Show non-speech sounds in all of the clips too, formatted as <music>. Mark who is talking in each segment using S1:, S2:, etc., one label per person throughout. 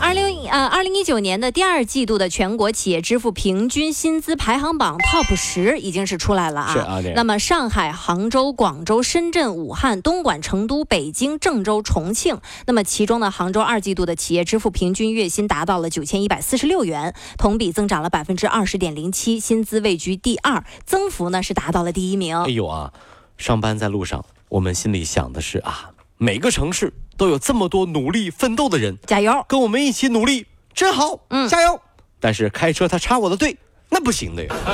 S1: 二零呃，二零一九年的第二季度的全国企业支付平均薪资排行榜 top 十已经是出来了啊。
S2: 是啊对
S1: 那么上海、杭州、广州、深圳、武汉、东莞、成都、北京、郑州、重庆，那么其中呢，杭州二季度的企业支付平均月薪达到了九千一百四十六元，同比增长了百分之二十点零七，薪资位居第二，增幅呢是达到了第一名。
S2: 哎呦啊，上班在路上，我们心里想的是啊，每个城市都有这么多努力奋斗的人，
S1: 加油！
S2: 跟我们一起努力，真好，
S1: 嗯
S2: 加油！但是开车他插我的队，那不行的呀。 <laughs>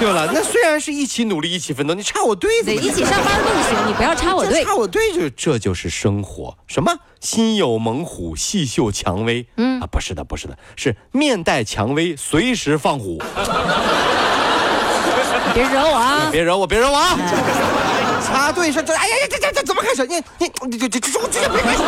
S2: 对了，那虽然是一起努力，一起奋斗，你插我队
S1: 得
S2: 怎么
S1: 一起上班更行，你不要插我队
S2: 这。插我队就这就是生活。什么心有猛虎，细嗅蔷薇。嗯啊，不是的，不是的，是面带蔷薇，随时放虎。
S1: 别惹我啊！
S2: 别惹我，别惹我啊！插队是这，哎呀呀，这这这怎么开始？你你你这这这这这别开始！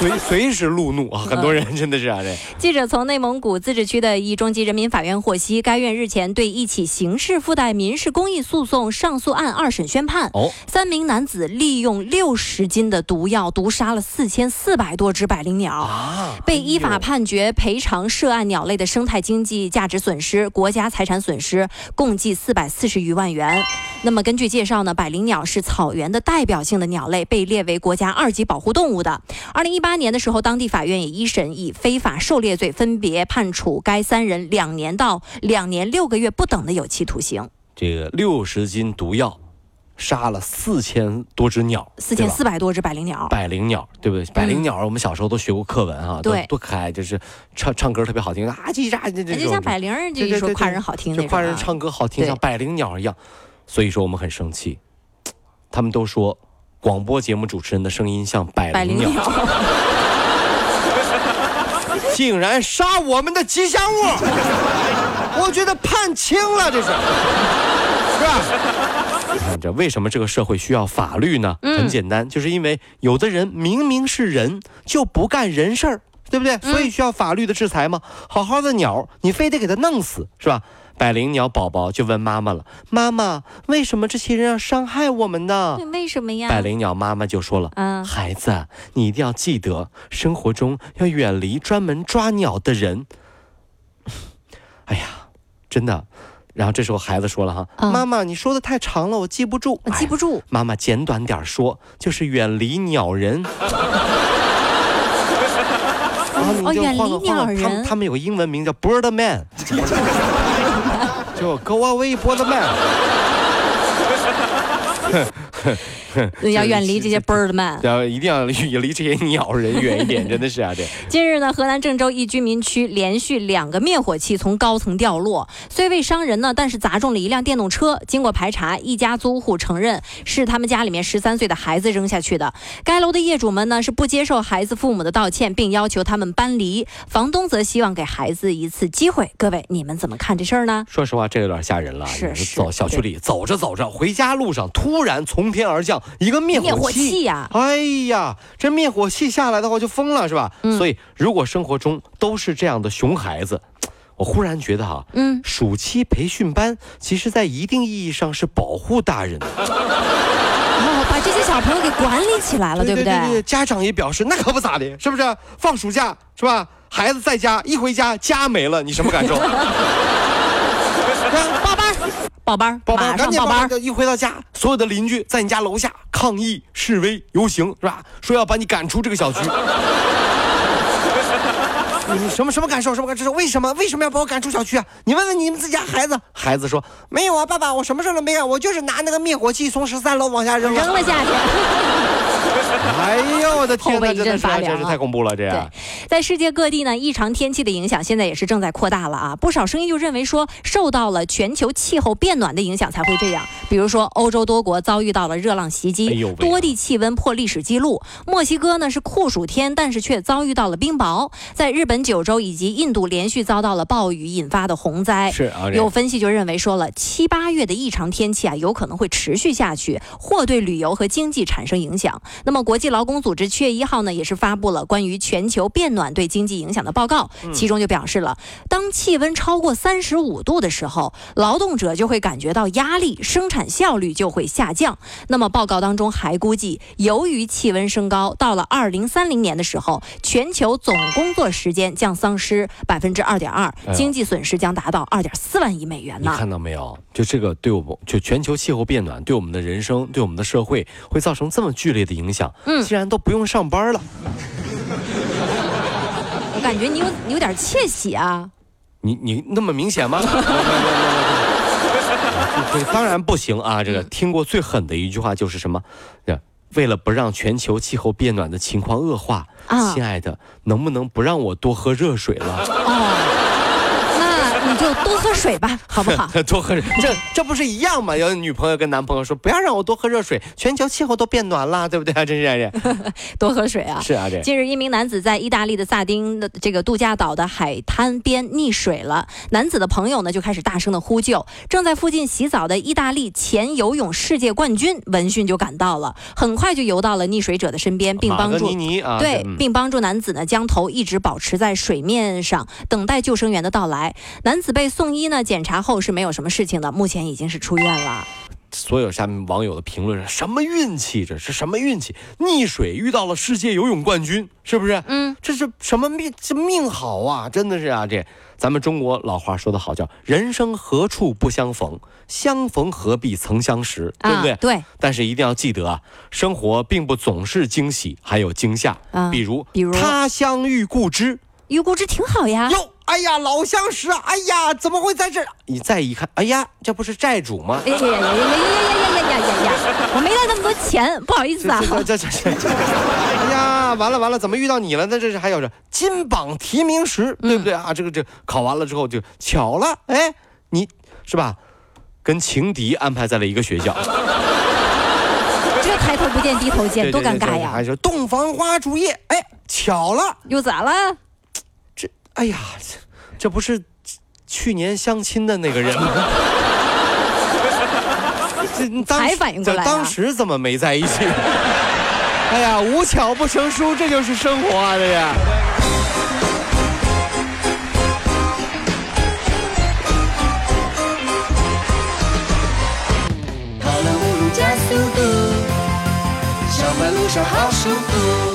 S2: 随随时路怒啊，很多人真的是啊，这
S1: 记者从内蒙古自治区的一中级人民法院获悉，该院日前对一起刑事附带民事公益诉讼上诉案二审宣判。
S2: 哦
S1: 三名男子利用六十斤的毒药毒杀了四千四百多只百灵鸟，
S2: 啊，
S1: 被依法判决赔偿涉案鸟类的生态经济价值损失、国家财产损失，共计四百四十余万元。那么根据介绍呢，百灵鸟是草原的代表性的鸟类，被列为国家二级保护动物的。二零一八年的时候，当地法院也一审以非法狩猎罪分别判处该三人两年到两年六个月不等的有期徒刑，
S2: 这个六十斤毒药杀了四千多只鸟，
S1: 四
S2: 对
S1: 千
S2: 吧
S1: 四百多只百灵鸟。
S2: 百灵鸟，对不对？百灵鸟，我们小时候都学过课文啊，都
S1: 嗯对
S2: 多可爱，就是唱唱歌特别好听啊，叽喳这这
S1: 就像百灵儿，就
S2: 对
S1: 一
S2: 对
S1: 首
S2: 对
S1: 夸
S2: 对
S1: 人好听那
S2: 就
S1: 种、啊，
S2: 夸人唱歌好听，
S1: 对
S2: 像百灵鸟一样。所以说我们很生气，他们都说广播节目主持人的声音像百
S1: 百
S2: 灵
S1: 灵
S2: 鸟，
S1: 鸟。
S2: 竟然杀我们的吉祥物，我觉得判轻了，这是。是吧？你看这为什么这个社会需要法律呢？很简单，就是因为有的人明明是人，就不干人事儿，对不对？所以需要法律的制裁嘛。好好的鸟，你非得给它弄死，是吧？百灵鸟宝宝就问妈妈了：“妈妈，为什么这些人要伤害我们呢？”
S1: 对为什么呀？
S2: <laughs> 百灵鸟妈妈就说了：“
S1: 嗯
S2: 孩子啊，你一定要记得，生活中要远离专门抓鸟的人。” <sighs> 哎呀，真的。然后这时候孩子说了哈：“
S1: 嗯
S2: 妈妈，你说的太长了，我记不住。
S1: 我记不
S2: 哎
S1: 住。
S2: 妈妈简短点儿说，就是远离鸟人。然后哎你
S1: 哦
S2: 就
S1: 远
S2: 换个
S1: 离鸟
S2: 换个，他们
S1: 人
S2: 他们有个英文名叫 Birdman，就 Go away <laughs> Birdman，
S1: 对要远离这些 birdman。
S2: 然后一定要离离这些鸟人远一点，真的是啊，这。
S1: 近日呢，河南郑州一居民区连续两个灭火器从高层掉落，虽未伤人呢，但是砸中了一辆电动车。经过排查，一家租户承认是他们家里面十三岁的孩子扔下去的。该楼的业主们呢是不接受孩子父母的道歉，并要求他们搬离。房东则希望给孩子一次机会。各位，你们怎么看这事儿呢？
S2: 说实话，这有点吓人了。
S1: 是
S2: 你
S1: 是
S2: 走小区里走着走着，回家路上突然从天而降一个灭
S1: 灭火
S2: 火器。
S1: 器呀、
S2: 哎呀，这灭火器下来的话就疯了，是吧？
S1: 嗯
S2: 所以如果生活中都是这样的熊孩子，我忽然觉得哈、
S1: 嗯，
S2: 暑期培训班其实在一定意义上是保护大人的，
S1: 哦，把这些小朋友给管理起来啊了，对不
S2: 对对，家长也表示那可不咋的，是不是？放暑假是吧？孩子在家一回家家没了，你什么感受？ <laughs> 啊
S1: 报班儿，报班
S2: 报班，
S1: 儿，马上
S2: 赶紧
S1: 报
S2: 报
S1: 班
S2: 班儿！
S1: 儿。
S2: 一回到家，所有的邻居在你家楼下抗议、示威、游行，是吧？说要把你赶出这个小区。 <laughs> 你什么什么感受？什么感受？为什么为什么要把我赶出小区啊？你问问你们自己家孩子。孩子说没有啊，爸爸，我什么事儿都没干，我就是拿那个灭火器从十三楼往下扔了。
S1: 扔了下去，
S2: 哎呦我的天
S1: 后背
S2: 哪，
S1: 一
S2: 真的
S1: 阵
S2: 是哎
S1: 发
S2: 真
S1: 凉啊
S2: 是太恐怖了，这样。
S1: 在世界各地呢，异常天气的影响现在也是正在扩大了啊。不少声音就认为说，受到了全球气候变暖的影响才会这样。比如说，欧洲多国遭遇到了热浪袭击，
S2: 哎呦喂
S1: 多地气温破历史记录。墨西哥呢是酷暑天，但是却遭遇到了冰雹。在日本九州以及印度连续遭到了暴雨引发的洪灾。
S2: 是啊，这
S1: 哎有分析就认为说了，七八月的异常天气啊，有可能会持续下去，或对旅游和经济产生影响。那么，国际劳工组织七月一号呢，也是发布了关于全球变暖对经济影响的报告，其中就表示了，当气温超过三十五度的时候，劳动者就会感觉到压力，生产效率就会下降。那么，报告当中还估计，由于气温升高，到了二零三零年的时候，全球总工作时间将丧失百分之二点二
S2: 哎，呦
S1: 经济损失将达到二点四万亿美元
S2: 你
S1: 呢。
S2: 看到没有？就这个对我们，就全球气候变暖对我们的人生、对我们的社会会造成这么剧烈的影响，
S1: 嗯
S2: 竟然都不用上班了。
S1: 我感觉你有你有点窃喜啊。
S2: 你你那么明显吗？ <laughs> 这当然不行啊！这
S1: 嗯
S2: 个听过最狠的一句话就是什么？呃为了不让全球气候变暖的情况恶化，
S1: 啊
S2: 亲爱的，能不能不让我多喝热水了？ <laughs>
S1: 哦，那你就多喝水吧，好不
S2: <laughs>
S1: 好？
S2: 多喝热，这这不是一样吗？有女朋友跟男朋友说，不要让我多喝热水，全球气候都变暖了，对不对啊？真是这样
S1: 多喝水啊。
S2: 是啊，
S1: <laughs>
S2: 这
S1: 近日，一名男子在意大利的萨丁的这个度假岛的海滩边溺水了。男子的朋友呢就开始大声的呼救。正在附近洗澡的意大利前游泳世界冠军闻讯就赶到了，很快就游到了溺水者的身边，并帮
S2: 马格
S1: 助
S2: 尼尼啊，
S1: 对
S2: 嗯，
S1: 并帮助男子呢将头一直保持在水面上，等待救生员的到来。男子被送医呢检查后是没有什么事情的，目前已经是出院了。
S2: 所有下面网友的评论是什么运气？这是什么运气？溺水遇到了世界游泳冠军，是不是？
S1: 嗯，
S2: 这是什么命？这命好啊，真的是啊！这咱们中国老话说得好，叫“人生何处不相逢，相逢何必曾相识”，对不对？
S1: 啊、对，
S2: 但是一定要记得啊，生活并不总是惊喜，还有惊吓。
S1: 啊
S2: 比如，
S1: 比如啊
S2: 他乡遇故知，
S1: 预估值挺好呀。
S2: 哟，哎呀，老相识啊！哎呀，怎么会在这儿？你再一看，哎呀，这不是债主吗？
S1: 哎呀呀呀呀呀呀呀呀呀！我没带那么多钱，不好意思啊。
S2: 这这这这这，哎呀，完了完了，怎么遇到你了？那这是还有这金榜题名时，对不对
S1: 嗯
S2: 啊？这个这个考完了之后就巧了，哎，你是吧？跟情敌安排在了一个学校，
S1: 这抬头不见低头见，
S2: 对
S1: 多
S2: 对
S1: 尴
S2: 对
S1: 尬
S2: 对
S1: 呀！
S2: 还说洞房花烛夜，哎，巧了，
S1: 又咋了？
S2: 这哎呀，这这不是去年相亲的那个人吗？ <laughs> 这嗯当时
S1: 才反应过来啊
S2: 这当时怎么没在一起？ <laughs> 哎呀，无巧不成书，这就是生活啊！这是。
S3: 跑了五路加速度，上班路上好舒服。